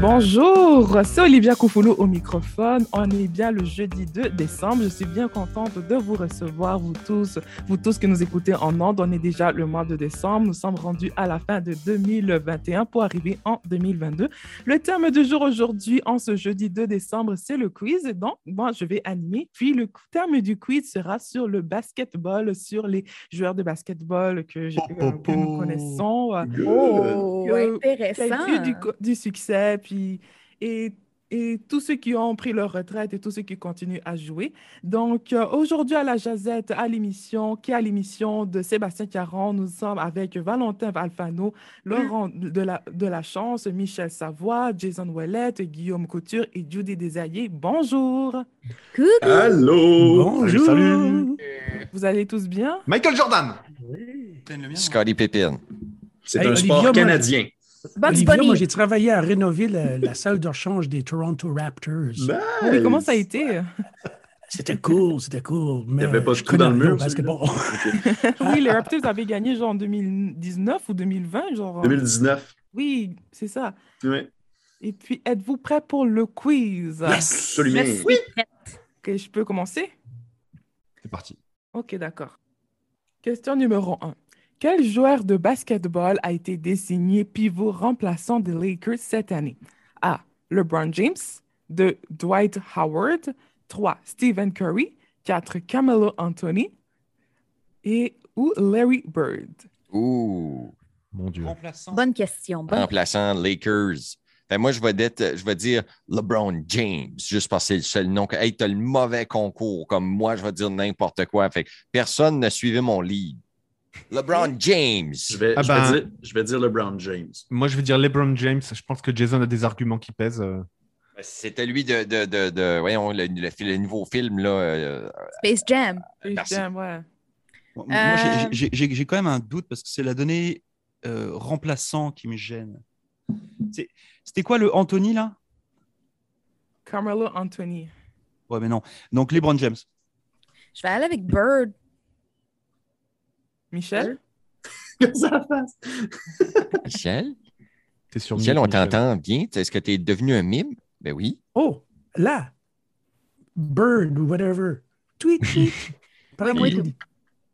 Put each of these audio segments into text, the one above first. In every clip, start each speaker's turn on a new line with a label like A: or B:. A: Bonjour, c'est Olivia Koufoulou au microphone. On est bien le jeudi 2 décembre. Je suis bien contente de vous recevoir, vous tous, vous tous que nous écoutez en ondes. On est déjà le mois de décembre. Nous sommes rendus à la fin de 2021 pour arriver en 2022. Le thème du jour aujourd'hui, en ce jeudi 2 décembre, c'est le quiz. Donc, moi, je vais animer. Puis, le thème du quiz sera sur le basketball, sur les joueurs de basketball que, j'ai-
B: Oh, oh,
A: que nous
B: oh.
A: connaissons.
C: Oh,
A: Euh,
C: intéressant.
A: qui a eu du, co- du succès, puis et, et tous ceux qui ont pris leur retraite et tous ceux qui continuent à jouer. Donc, euh, aujourd'hui à la Jazette, à l'émission, qui est à l'émission de Sébastien Caron, nous sommes avec Valentin Alfano, Laurent de la, de la Chance, Michel Savoie, Jason Ouellette, Guillaume Couture et Judy Desaillet. Bonjour!
C: Coucou.
D: Allô!
B: Bonjour.
D: Salut,
A: Vous allez tous bien?
E: Michael Jordan.
F: Scotty Pippen.
D: Hey,
G: C'est un
D: Olivia,
G: sport
D: moi-
G: canadien.
C: Bugs
D: Olivia, moi,
C: Bunny.
D: j'ai travaillé à rénover la, la salle de rechange des Toronto Raptors.
G: Ben.
A: Oui, comment ça a été?
D: C'était cool, c'était cool. Mais
G: avait pas de
D: je
G: trou dans le
D: connais rien
G: mur,
D: au basketball.
A: oui, les Raptors avaient gagné genre en 2019 ou 2020, genre.
G: 2019.
A: Oui, c'est ça.
G: Oui.
A: Et puis, êtes-vous prêt pour le quiz?
G: Absolument.
C: Je suis prête.
A: Ok, je peux commencer?
E: C'est parti.
A: Ok, d'accord. Question numéro 1. Quel joueur de basketball a été désigné pivot remplaçant des Lakers cette année? A. LeBron James. 2. Dwight Howard. 3. Stephen Curry. 4. Camelo Anthony. Et ou Larry Bird.
F: Ouh.
E: Mon Dieu.
C: Bonne question. Bonne...
F: Remplaçant Lakers. Fait moi, je vais, dire, je vais dire LeBron James, juste parce que c'est le seul nom. Que, hey, t'as le mauvais concours. Comme moi, je vais dire n'importe quoi. Fait que personne ne suivait mon lead. LeBron James.
G: Je vais,
E: Ah
G: je, vais
E: ben.
G: dire, je vais dire LeBron James.
E: Moi, je vais dire LeBron James. Je pense que Jason a des arguments qui pèsent. euh.
F: C'était lui de, de, de, de- voyons, le, le fil- le nouveau film, là. euh,
C: Space Jam.
A: Et
F: Merci.
A: j'aime, ouais.
H: Bon, Moi, j'ai-
C: Euh,
H: j'ai- j'ai j'ai quand même un doute parce que c'est la donnée euh, remplaçant qui me gêne. C'est- C'était quoi le Anthony là
A: Carmelo Anthony.
H: Ouais, mais non. Donc LeBron James.
C: Je vais aller avec Bird.
A: Michel?
F: Michel?
E: T'es sur
F: Michel,
E: mute,
F: on t'entend bien. Est-ce que tu es devenu un mime? Ben oui.
D: Oh, là, Bird ou whatever. Tweet, tweet. Parle-moi
C: Oui,
D: de-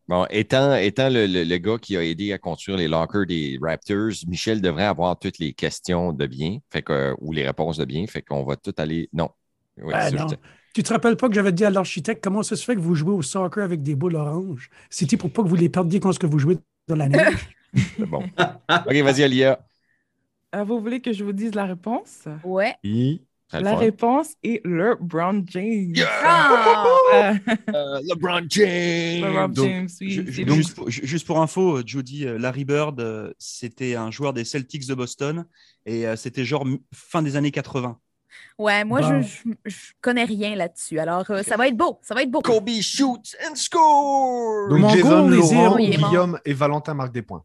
F: Bon, étant, étant le, le- le gars qui a aidé à construire les lockers des Raptors, Michel devrait avoir toutes les questions de bien, fait que, ou les réponses de bien, fait qu'on va tout aller. Non. Oui,
D: Ah,
F: c'est ça,
D: non.
F: je te-
D: Tu te rappelles pas que j'avais dit à l'architecte comment ça se fait que vous jouez au soccer avec des boules oranges? C'était pour pas que vous les perdiez quand ce que vous jouez dans la neige.
F: c'est bon. OK, vas-y, Alia.
A: Euh, vous voulez que je vous dise la réponse?
C: Ouais.
E: Oui.
F: Ça le
A: La
F: fun.
A: réponse est LeBron James.
C: Ah!
A: Euh,
F: Euh, LeBron James.
A: LeBron
H: donc,
A: James, oui,
H: Je-
A: c'est
H: je-
A: lui.
H: juste, pour, ju- juste pour info, euh, Judy euh, Larry Bird, euh, c'était un joueur des Celtics de Boston et euh, c'était genre m- fin des années 80.
C: Ouais, moi, je-
D: Bon.
C: je, je connais rien là-dessus. Alors, euh, ça va être beau. Ça va être beau.
F: Kobe shoots and score.
E: Donc,
D: Mon
E: Jason,
D: goal, les
E: Laurent,
D: zéros,
C: il est mort.
E: Guillaume et Valentin marquent des points.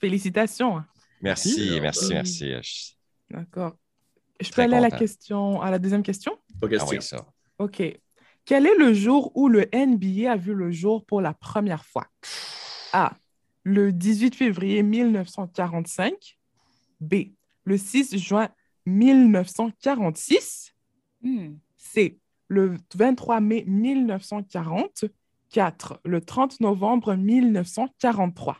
A: Félicitations.
F: Merci, merci,
A: Euh,
F: merci. Je-
A: D'accord. Je peux
F: Très
A: aller à la
F: content.
A: question, à la deuxième question?
G: Pas
F: Ah
G: question.
F: oui, ça.
A: OK. Quel est le jour où le NBA a vu le jour pour la première fois? A. Le 18 février 1945. B. Le 6 juin 1946.
C: Hmm.
A: C. Le 23 mai 1940. 4. Le 30 novembre 1943.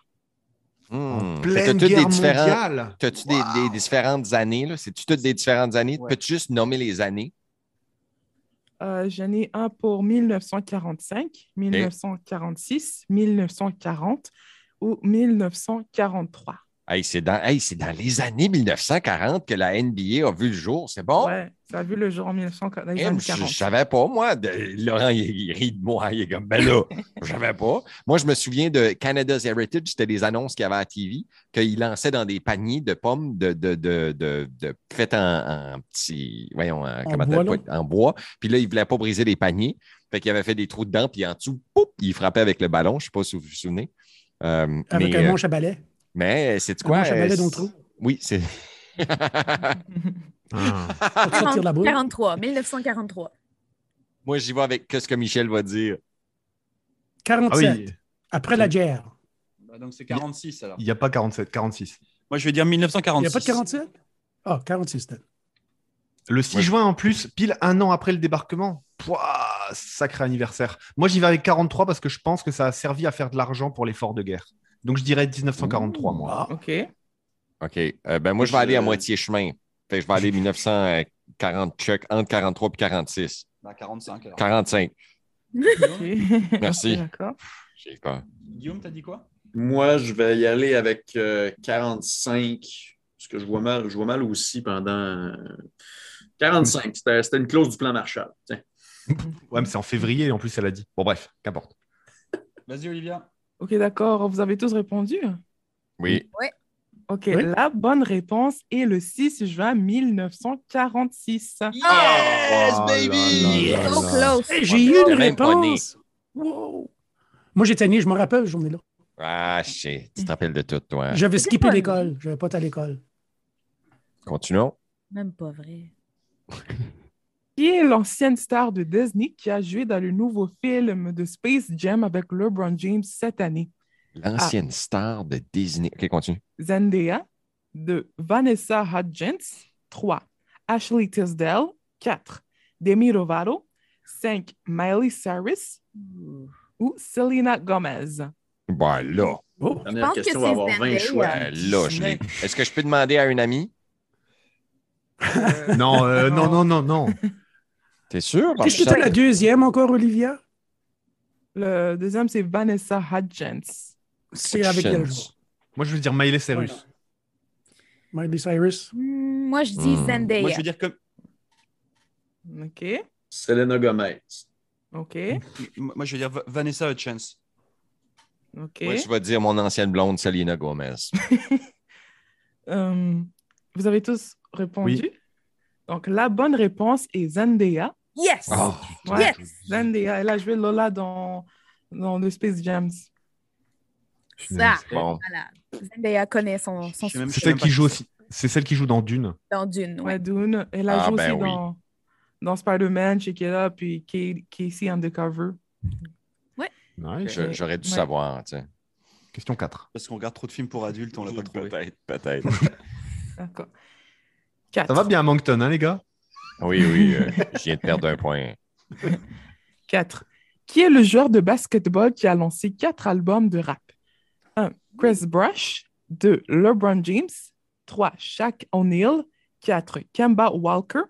F: Hmm. Fait
E: Pleine
F: que t'as toutes
E: guerre
F: des différents-
E: mondiale.
F: T'as-tu des- des, des différentes années? là? C'est-tu toutes des différentes années?
H: Ouais.
F: Peux-tu juste nommer les années?
A: Euh, j'en ai un pour 1945, 1946, 1940 ou 1943.
F: Hey, c'est dans, hey, c'est dans les années 1940 que la NBA a vu le jour. C'est bon?
A: Ouais, ça a vu le jour en 1940. dans les
F: Hey,
A: années
F: Oh. je, je
A: 40.
F: savais pas, moi. De- Laurent, il, il rit de moi. Il est comme, ben là, je savais pas. Moi, je me souviens de Canada's Heritage. C'était des annonces qu'il y avait à TV qu'il lançait dans des paniers de pommes de, de, de, de, de- faites en, en petit, voyons, en, comment
D: bois,
F: t'appelles pas- en bois. Puis là, il voulait pas briser les paniers. Fait qu'il avait fait des trous dedans. Puis en dessous, poup, il frappait avec le ballon. Je sais pas si vous vous souvenez. Euh,
D: Avec
F: mais,
D: un
F: euh,
D: manche à balai.
F: mais c'est
D: Un
F: quoi?
D: manche à balai
F: euh,
D: dans le trou.
F: Oui, c'est.
E: Ah.
D: Pour te sortir la boule.
C: 43, 1943.
F: Moi, j'y vais avec que ce que Michel va dire.
D: 47.
E: Ah oui,
D: Après la guerre.
H: Bah, donc c'est
E: 46
H: alors.
E: il n'y a pas 47, 46.
H: Moi je vais dire
D: Il
H: 1946.
D: n'y a pas de 47? Ah, 46 stades.
E: Le 6
F: Ouais.
E: juin, en plus, pile un an après le débarquement. Pouah, sacré anniversaire. Moi, j'y vais avec 43 parce que je pense que ça a servi à faire de l'argent pour l'effort de guerre. Donc, je dirais 1943, moi.
A: OK.
F: OK. Euh, ben, moi, je vais
G: Je-
F: aller à moitié chemin. Fait que je vais aller 1940 check, entre 43 et 46.
H: Bah, 45. alors.
F: 45.
A: OK.
F: Merci.
A: D'accord.
F: J'ai peur.
H: Guillaume, t'as dit quoi
G: Moi, je vais y aller avec euh, 45, parce que je vois mal, je vois mal aussi pendant. euh, 45, c'était c'était une clause du plan Marshall. Tiens.
E: Ouais, mais c'est en février, en plus, elle a dit. Bon, bref, qu'importe.
H: Vas-y, Olivia.
A: OK, d'accord. Vous avez tous répondu?
F: Oui.
A: OK.
D: Oui.
A: La bonne réponse est le 6 juin 1946.
H: Yes,
E: Oh
H: baby
E: là là là
C: Ah! So
E: là.
C: close.
D: Hey, j'ai eu
F: t'es
D: une
F: même pas
D: réponse! Wow! Moi, j'étais né, je me rappelle, cette journée-là.
F: Ah, shit. Tu te rappelles de tout, toi.
D: J'avais skippé
C: pas né.
D: l'école. J'avais pas été à l'école.
F: Continuons.
C: Même pas vrai.
A: Qui est l'ancienne star de Disney qui a joué dans le nouveau film de Space Jam avec LeBron James cette année?
F: L'ancienne Ah. star de Disney. OK, continue.
A: Zendaya. 2. Vanessa Hudgens. 3. Ashley Tisdale. 4. Demi Lovato. 5. Miley Cyrus. Ou Selena Gomez.
F: Ben là,
D: Oh!
G: La dernière
C: pense que
G: question va
C: c'est
G: avoir 20
C: Zendaya.
G: choix.
F: ben là, je l'ai.
H: Disney.
F: Est-ce que je peux demander à une amie?
E: Non, euh, non, non, non, non.
F: T'es sûr?
D: Qu'est-ce que t'as la deuxième encore, Olivia?
A: Le deuxième, c'est Vanessa Hudgens.
D: C'est avec
F: Hutchins.
D: quel jour?
E: Moi, je veux dire Miley Cyrus.
D: Voilà. Miley Cyrus.
C: Hmm, moi, je dis
F: Hmm.
C: Zendaya.
H: Moi, je veux dire comme.
A: OK.
G: Selena Gomez.
A: OK.
H: Moi, je veux dire Va- Vanessa Hutchins.
A: OK.
F: Moi, je vais dire mon ancienne blonde, Selena Gomez.
A: Euh, vous avez tous répondu?
E: Oui.
A: Donc, la bonne réponse est Zendaya.
C: Yes!
E: Ah,
F: Oh,
A: Ouais,
C: Yes!
A: Zendaya, elle a joué Lola dans, dans le Space Jams.
C: Ça!
F: bon.
C: Voilà. Zendaya connaît son, son
H: Je sais même-
E: C'est
H: je sais
E: celle
H: même pas
E: qui joue aussi. C'est celle qui joue dans Dune.
C: dans Dune. Ouais.
A: Ouais, Dune. Elle a
F: Ah,
A: joué
F: ben
A: aussi
F: oui.
A: dans, dans Spider-Man, Shakira, puis Kay- Casey Undercover.
E: Ouais,
F: Je- J'aurais dû
A: Ouais.
F: savoir, tu sais.
E: Question 4.
H: Parce qu'on regarde trop de films pour adultes, on l'a pas trouvé.
F: Peut-être, peut-être.
A: D'accord.
E: Ça va bien à Moncton, hein, les gars
F: oui, oui, euh, je viens de perdre un point.
A: 4. Qui est le joueur de basketball qui a lancé quatre albums de rap? 1. Chris Brush. 2. LeBron James. 3. Shaq O'Neal. 4. Kemba Walker.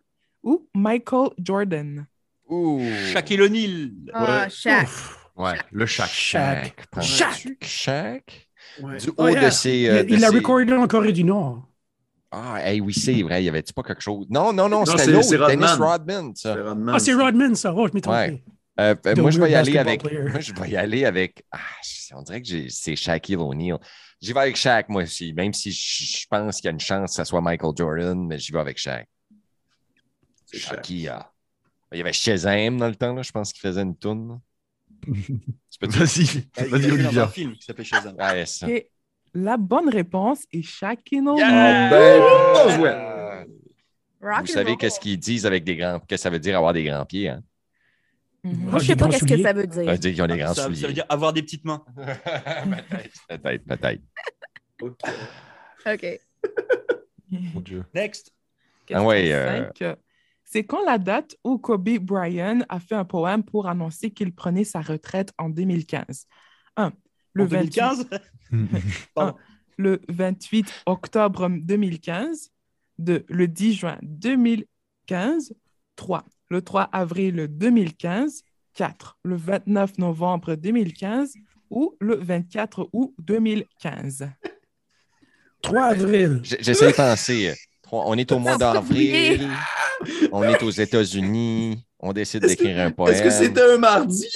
A: Ou Michael Jordan.
F: Ouh.
H: Shaquille O'Neal.
C: Ah, Shaq.
D: Ouf.
E: Ouais, le chat.
F: Chaque.
D: Shaq.
F: Chaque.
D: Ouais.
F: Du haut
D: Oh, yeah.
F: de ses.
D: Il
F: euh,
D: a-
F: de
D: il l'a
F: ses-
D: recordé en Corée du Nord.
F: Ah, hey, oui, c'est vrai. Il y avait-tu pas quelque chose? Non, non, non,
G: Non,
F: c'était
G: c'est-
F: l'autre.
G: c'est
F: Dennis
G: Rodman.
F: Rodman, ça.
G: C'est Rodman,
D: Ah, c'est
G: ça.
D: Rodman, ça. Oh, je m'ai trompé.
F: Ouais. Euh, euh,
D: The
F: moi, je vais y
D: weird
F: aller
D: basketball
F: avec.
D: player.
F: Moi, je vais y aller avec. Ah, je- on dirait que j'ai- c'est Shaquille O'Neal. J'y vais avec Shaq, moi aussi. Même si je je pense qu'il y a une chance que ça soit Michael Jordan, mais j'y vais avec Shaq.
G: C'est Shaq.
F: Shaquille. ah. Il y avait Shazam dans le temps, là, je pense qu'il faisait une toune. tu peux dire.
E: Vas-y, vas-y,
H: Il y a dans un
E: Olivia.
H: film qui s'appelait Shazam.
F: Ah, yes.
A: Et la bonne réponse est Shaquille O'Neal.
F: Ah, ben, bien joué.
C: Rock
F: Vous
C: and
F: savez
C: roll.
F: qu'est-ce qu'ils disent avec des grands. Qu'est-ce que ça veut dire avoir des grands pieds? Hein?
A: Mhm.
C: Moi, je sais
D: Des
C: pas
D: grands
C: qu'est-ce que
D: souliers.
C: ça veut
F: Ça veut
C: dire.
F: dire qu'ils ont des grands
H: ça, ça
F: souliers.
H: veut dire avoir des petites mains.
F: peut-être, peut-être, peut-être.
G: Ok.
D: Ah.
C: OK.
E: Mon Dieu.
H: Next.
A: Question
F: Ah ouais, euh.
A: cinq. C'est quand la date où Kobe Bryant a fait un poème pour annoncer qu'il prenait sa retraite en 2015? 1. Le,
H: En
A: 28
H: 2015. Pardon.
A: le 28 octobre 2015. 2. Le 10 juin 2015. 3. Le 3 avril 2015. 4. Le 29 novembre 2015 ou le 24 août 2015.
D: 3 avril.
F: J- J'essaie de penser. euh, Trois- On est au mois d'avril. On est aux États-Unis. On décide
G: Est-ce que-
F: d'écrire
A: Ah.
F: un poème.
G: Est-ce que c'était un mardi?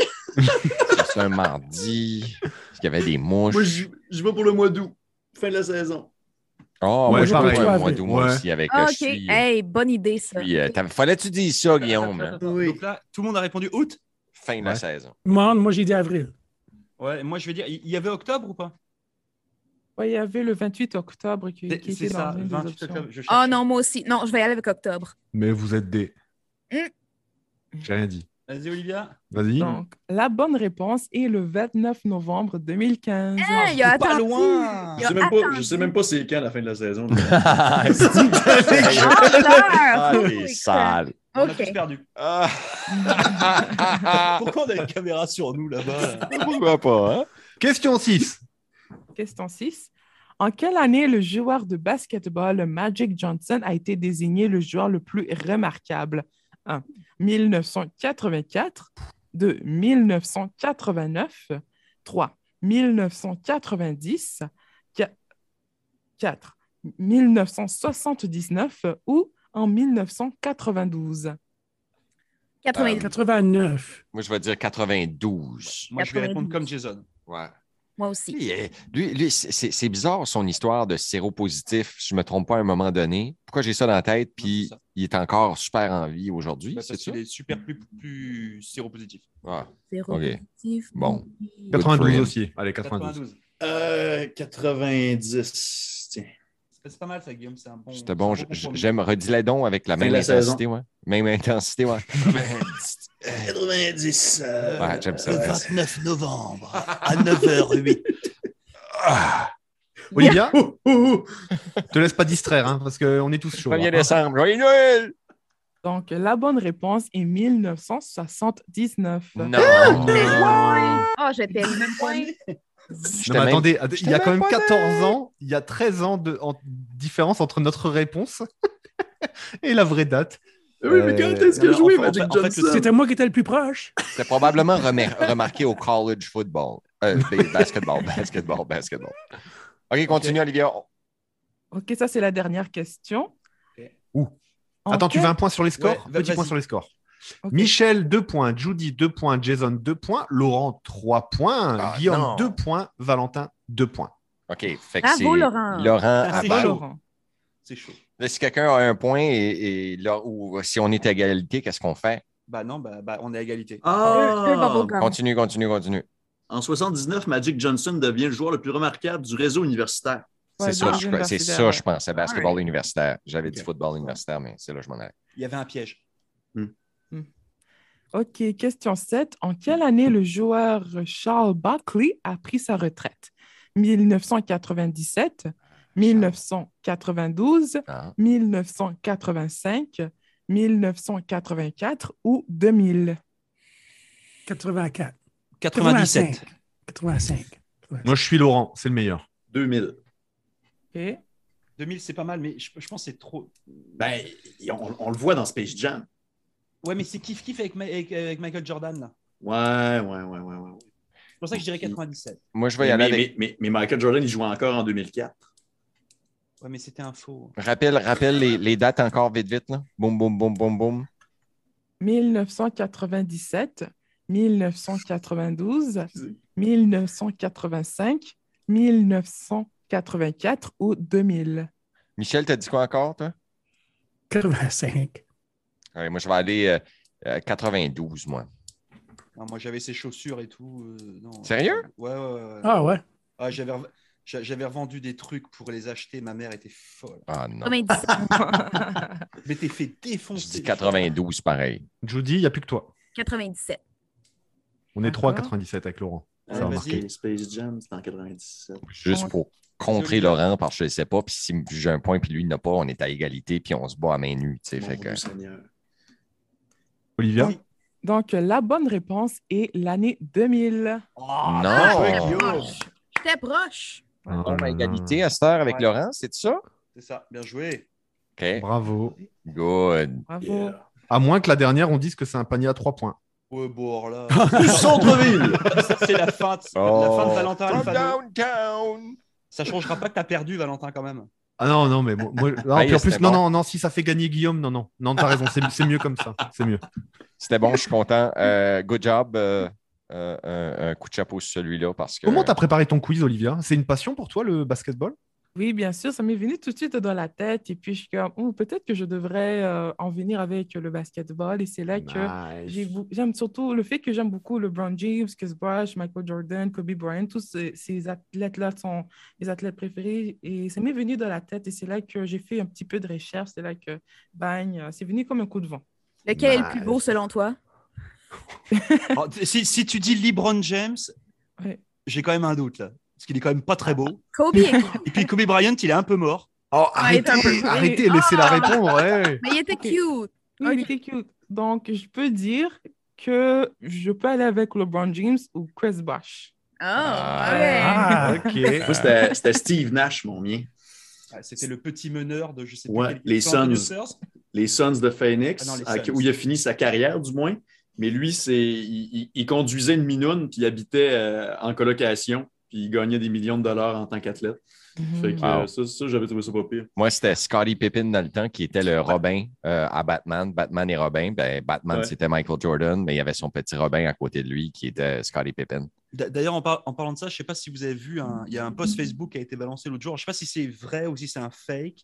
F: C'est un mardi? Est-ce qu'il y avait des mouches?
G: Moi, je je vais pour le mois d'août, fin de la saison.
F: Oh,
E: Ouais,
F: moi, je
E: pareil.
F: parle un mois d'août, moi
E: Ouais.
F: aussi, avec euh, je
C: Ah, OK.
F: suis-
C: Hey, bonne idée,
F: je
C: ça.
F: suis, euh, t'avais- Fallait que tu dises ça, Guillaume. hein?
G: Oui.
H: Donc là, tout le monde a répondu août.
F: Fin de la
E: Ouais.
F: saison.
D: Moi, moi j'ai dit avril.
H: Ouais, moi je veux dire, il y avait octobre ou pas
A: Ouais, il y avait le 28 octobre qui, qui était
H: C'est
A: dans
H: ça,
A: une des
H: 28
A: options. Ah.
H: octobre. Je
C: Ah,
H: cherche.
C: Oh non, moi aussi. Non, je vais y aller avec octobre.
E: Mais vous êtes des.
C: Hmm.
E: J'ai rien dit.
H: Vas-y, Olivia.
E: Vas-y.
A: Donc, la bonne réponse est le 29 novembre 2015.
C: Ah, il a
H: pas
C: attendu.
H: loin.
C: Il
G: Je
C: a
G: sais même pas, je
C: attendu.
G: sais même pas c'est quand la fin de la saison.
C: Ah,
F: Ah,
C: clair.
F: t'es sale.
H: On a
C: Ok.
H: tous perdu.
F: Ah.
H: Pourquoi on a une caméra sur nous là-bas
F: Pourquoi pas, hein?
E: Question 6.
A: Question 6. En quelle année le joueur de basketball Magic Johnson a été désigné le joueur le plus remarquable? 1. 1984. 2. 1989. 3. 1990. 4. 1979 ou en 1992?
C: 90.
D: 89.
F: Moi, je vais dire 92.
H: Moi, je vais répondre
C: 92.
H: comme Jason.
F: Ouais.
C: Moi aussi.
F: Lui, euh, lui, lui, c'est- c'est c'est bizarre son histoire de séropositif, si je me trompe pas à un moment donné. Pourquoi j'ai ça dans la tête,
H: Non,
F: puis
H: c'est ça. Ben,
F: il est encore super en vie aujourd'hui,
H: Parce
F: c'est ça?
H: qu'il est super plus, plus séropositif.
F: Ah,
C: Zéro
F: Ok.
C: positif.
F: Bon.
C: Oui.
E: 92
F: him.
E: aussi. Allez, 92.
H: 92.
G: Euh, 90. Tiens.
H: C'est pas mal ça, Guillaume. C'est un bon.
F: C'était bon,
H: c'est
F: je-
H: un
F: je-
H: compromis.
F: j'aime redis-les donc avec la
G: Fin
F: même
G: de la
F: intensité, ouais. Même intensité, ouais.
G: 90. euh,
F: Ouais, j'aime ça.
G: euh,
H: 29 novembre à 9h08.
E: Ah. Olivia,
G: ouh, ouh, ouh.
E: te laisse pas distraire, hein, parce qu'on est tous chauds. hein.
F: 1er décembre, joyeux Noël!
A: Donc, la bonne réponse est 1979.
F: Non!
C: Ah, j'étais le point.
E: Non, mais
F: même-
E: attendez, att- il y a
F: t'ai
E: quand
F: même
E: même
F: pas
E: 14 ans, il y a 13 ans de en- différence entre notre réponse et la vraie date.
G: Oui, mais quand est-ce
H: Euh,
G: que
H: non,
G: jouait
H: en fait-
G: Magic
H: en fait, le
G: Johnson?
D: C'était moi qui étais le plus proche.
F: C'était probablement remar- remarqué au college football. Euh, basketball, basketball, basketball. OK, continue, Olivia.
A: OK, ça, c'est la dernière question.
H: Ok.
E: Ouh.
A: En
E: Attends, tu
A: quel-
E: veux un point sur les scores
H: Ouais, va-
E: Petit point
H: vas-y.
E: sur les scores.
A: OK.
E: Michel, 2 points. Judy, 2 points. Jason, 2 points. Laurent, 3 points.
F: Ah, non.
E: Guillaume, 2 points. Valentin, 2 points.
F: OK, fait que c'est...
C: Bravo, Laurent.
F: Ah, bah, Laurent
H: Merci,
F: Abad.
A: Pas
H: chaud.
A: Laurent.
H: C'est chaud.
F: Là, si quelqu'un a un point et, et là, ou si on est à égalité, qu'est-ce qu'on fait?
H: Bah non, bah, bah, on est à égalité.
C: Deux
G: Ah!
C: bubblegum.
F: Continue, continue, continue.
G: En 79, Magic Johnson devient le joueur le plus remarquable du réseau universitaire.
A: Ouais,
F: C'est ça,
A: dans
F: je,
A: l'université,
F: c'est ça,
A: ouais.
F: je pensais, basketball universitaire. J'avais dit
H: Ok.
F: football universitaire, mais c'est là que je m'en allais.
H: Il y avait un piège.
A: OK, question 7. En quelle année le joueur Charles Barkley a pris sa retraite? 1997, 1992,
F: Ah.
A: 1985, 1984 ou 2000?
D: 84.
H: 97.
D: 85.
E: Moi, je suis Laurent, c'est le meilleur.
G: 2000.
A: OK.
H: 2000, c'est pas mal, mais je, je pense que c'est trop.
G: Ben, y- on, on le voit dans Space Jam.
H: Ouais, mais c'est kiff kiff avec, Ma- avec- avec Michael Jordan. là.
G: Ouais, ouais, ouais, ouais. ouais, ouais.
H: C'est pour ça que je dirais 97.
F: Moi, je vais y
G: Mais,
F: aller
G: mais,
F: avec.
G: mais- mais Michael Jordan, il jouait encore en 2004.
H: Ouais, mais c'était un faux.
F: Rappelle, rappelle les, les dates encore vite, vite. Là. Boum, boum, boum, boum, boum.
A: 1997, 1992, 1985, 1984 ou 2000?
F: Michel, t'as dit quoi encore, toi?
D: 85.
F: Ouais, moi, je vais aller euh, euh, 92, moi.
H: Non, moi, j'avais ses chaussures et tout. euh, non.
F: Sérieux
H: Ouais, ouais, ouais. ouais.
D: Ah ouais.
H: Ah, j'avais, rev- j'a- j'avais revendu des trucs pour les acheter. Ma mère était folle.
F: Ah non.
C: Comme indice.
H: Mais t'es fait
F: Je dis
H: défoncer.
F: 92, pareil.
E: Judy, il n'y a plus que toi.
C: 97.
E: On est 3 à
A: D'accord.
E: 97 avec Laurent.
H: Ouais,
E: Ça va
H: vas-y.
E: marquer.
G: Space Jam, c'est en 97.
F: Juste pour contrer Laurent, parce que je ne sais pas. Puis si j'ai un point, puis lui il n'a pas, on est à égalité, puis on se bat à main nue. tu sais,
G: Mon
F: Fait que...
G: Dieu Seigneur.
E: Olivia
A: Oui. Donc, la bonne réponse est l'année 2000.
H: Ah,
F: Non.
H: bien joué, Guillaume.
C: J'étais proche.
E: Ah,
F: On a
E: là, là.
F: égalité à cette heure avec
H: Ouais.
F: Laurent, c'est ça?
H: C'est ça, bien joué.
F: OK.
E: Bravo.
F: Good.
A: Bravo.
G: Yeah.
E: À moins que la dernière, on dise que c'est un panier à 3 points.
H: Ouais, bon, alors
G: Du
H: là. euh,
G: centre-ville! Oh.
H: Ça, c'est la fin de, la fin
F: Oh.
H: de Valentin.
F: From
H: Alfano.
F: downtown.
H: Ça changera pas que t'as perdu, Valentin, quand même.
E: Ah non, non, mais moi. moi- non,
F: Ah,
E: puis en plus,
F: c'était
E: non,
F: bon.
E: non, non, si ça fait gagner Guillaume, non, non. Non, t'as raison, c'est c'est mieux comme ça. C'est mieux.
F: C'était bon, je suis content. Euh, good job. euh, euh, un, un coup de chapeau sur celui-là parce que.
E: Comment t'as préparé ton quiz, Olivia C'est une passion pour toi, le basketball
A: Oui, bien sûr, ça m'est venu tout de suite dans la tête. Et puis, je suis comme, Ouh, peut-être que je devrais euh, en venir avec le basketball. Et c'est là que j'ai vou- j'aime surtout le fait que j'aime beaucoup LeBron James, Chris Bosh, Michael Jordan, Kobe Bryant. Tous ces, ces athlètes-là sont mes athlètes préférés. Et ça m'est venu dans la tête. Et c'est là que j'ai fait un petit peu de recherche. C'est là que, bang, euh, c'est venu comme un coup de vent.
C: Lequel est le plus beau selon toi?
H: Oh, t- si, si tu dis LeBron James,
A: Ouais.
H: j'ai quand même un doute là. Parce qu'il est quand même pas très beau.
C: Kobe est cool,
H: Et puis Kobe Bryant, il est un peu mort.
E: Oh,
C: Ouais, t'as Ah, un peu
E: arrêtez,
C: joué.
E: arrêtez, laissez-la
C: Ah.
E: répondre. ouais.
C: mais il était cute.
A: Oui, il était cute. Donc, je peux dire que je peux aller avec LeBron James ou Chris Bosh.
C: Oh,
F: Ah.
C: ouais.
D: Ah,
E: Ok.
G: Moi, c'était c'était Steve Nash, mon mien.
H: Ah, C'était le petit meneur de je sais
G: Ouais,
H: plus quel-
G: les
H: Sons
G: Suns.
H: des Sixers.
G: Les Suns de Phoenix,
H: Ah non, les
G: à-
H: Suns.
G: où il a fini sa carrière, du moins. Mais lui, c'est il, il- il conduisait une minoune, puis il habitait euh, en colocation, puis il gagnait des millions de dollars en tant qu'athlète. Fait que,
F: Wow.
G: euh, ça, ça, j'avais trouvé ça pas pire.
F: Moi, c'était Scottie Pippen dans le temps qui était le Robin euh, à Batman. Batman et Robin. Ben, Batman,
G: Ouais.
F: c'était Michael Jordan, mais il y avait son petit Robin à côté de lui qui était Scottie Pippen.
H: D'a- D'ailleurs, en, par- en parlant de ça, je ne sais pas si vous avez vu, un- il y a un post Facebook qui a été balancé l'autre jour. Je ne sais pas si c'est vrai ou si c'est un fake.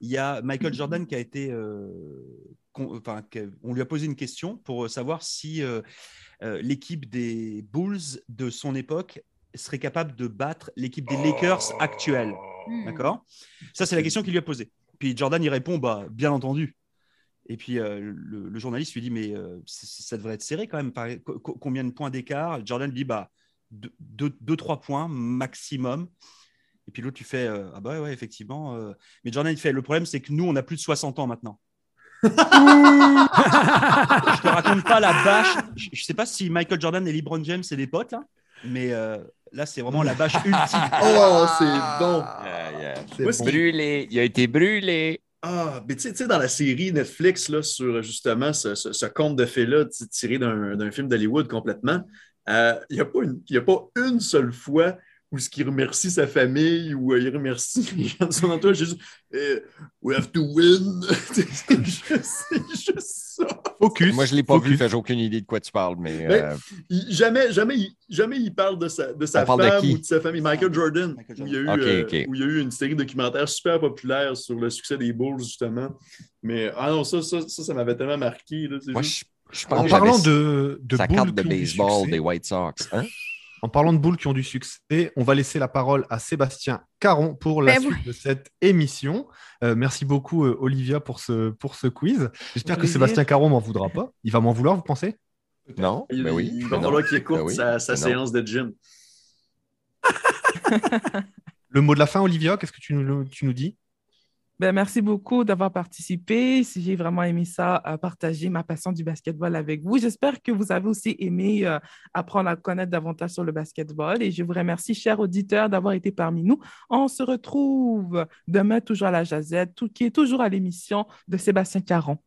H: Il y a Michael Jordan qui a été. euh, con- enfin, que- on lui a posé une question pour savoir si euh, euh, l'équipe des Bulls de son époque serait capable de battre l'équipe des Lakers actuelle.
C: Hmm.
H: D'accord Ça, c'est la question qu'il lui a posée. Puis Jordan y répond bah, bien entendu. Et puis euh, le, le journaliste lui dit mais euh, c- c- ça devrait être serré quand même. Par- co- co- combien de points d'écart Jordan lui dit bah 2-3 points maximum. Et puis l'autre, tu fais euh, Ah, bah ouais, effectivement. euh. Mais Jordan, il fait Le problème, c'est que nous, on a plus de 60 ans maintenant. Je te raconte pas la bâche. Je, je sais pas si Michael Jordan et LeBron James, c'est des potes, là. Mais euh, là, c'est vraiment la bâche ultime.
G: Oh, c'est bon!
E: C'est
G: Moi, ce
E: bon.
F: Ah, Brûlé. Il a été brûlé.
G: Ah, mais tu sais- tu sais, dans la série Netflix, là, sur euh, justement ce, ce- ce conte de fées-là t- tiré d'un d'un film d'Hollywood complètement, euh, il n'y a, pas une seule fois où ce qu'il remercie sa famille ou euh, il remercie les gens de son entourage, c'est juste euh, We have to win! c'est juste, c'est juste ça!
E: Focus.
F: Moi, je ne l'ai pas vu,
E: Focus.
F: fait que j'ai aucune idée de quoi tu parles, mais
G: Ouais.
F: euh,
G: Il- jamais, jamais, il- jamais il parle de sa, de sa
F: parle de
G: femme
F: qui?
G: ou de sa famille. Michael Jordan,
H: Ah, Michael
G: où, il
H: Jordan.
G: y a eu,
F: Ok,
G: euh,
F: ok.
G: où il y a eu une série documentaire super populaire sur le succès des Bulls, justement. Mais ah non, ça, ça, ça, ça m'avait tellement marqué. là, c'est
F: moi,
G: juste-
F: je, je pense
E: En
F: que
E: parlant
F: j'avais
E: de, de
F: sa
E: boules
F: carte de
E: qui ont du
F: baseball
E: succès,
F: des White Sox. Hein?
E: En parlant de boules qui ont du succès, on va laisser la parole à Sébastien Caron pour la
C: Ben
E: suite de cette émission. Euh, merci beaucoup, euh, Olivia, pour ce, pour ce quiz. J'espère que
A: Plaisir.
E: Sébastien Caron m'en voudra pas. Il va m'en vouloir, vous pensez
F: Non?
G: il,
F: Ben oui.
G: il va
F: ben non.
G: falloir qu'il écoute
F: Ben oui,
G: sa, sa
F: ben non.
G: séance de gym.
E: Le mot de la fin, Olivia, qu'est-ce que tu nous, tu nous dis
A: Ben, merci beaucoup d'avoir participé. Si j'ai vraiment aimé ça, euh, partager ma passion du basketball avec vous. J'espère que vous avez aussi aimé euh, apprendre à connaître davantage sur le basketball. Et je vous remercie, chers auditeurs, d'avoir été parmi nous. On se retrouve demain, toujours à la Jazette, tout, qui est toujours à l'émission de Sébastien Caron.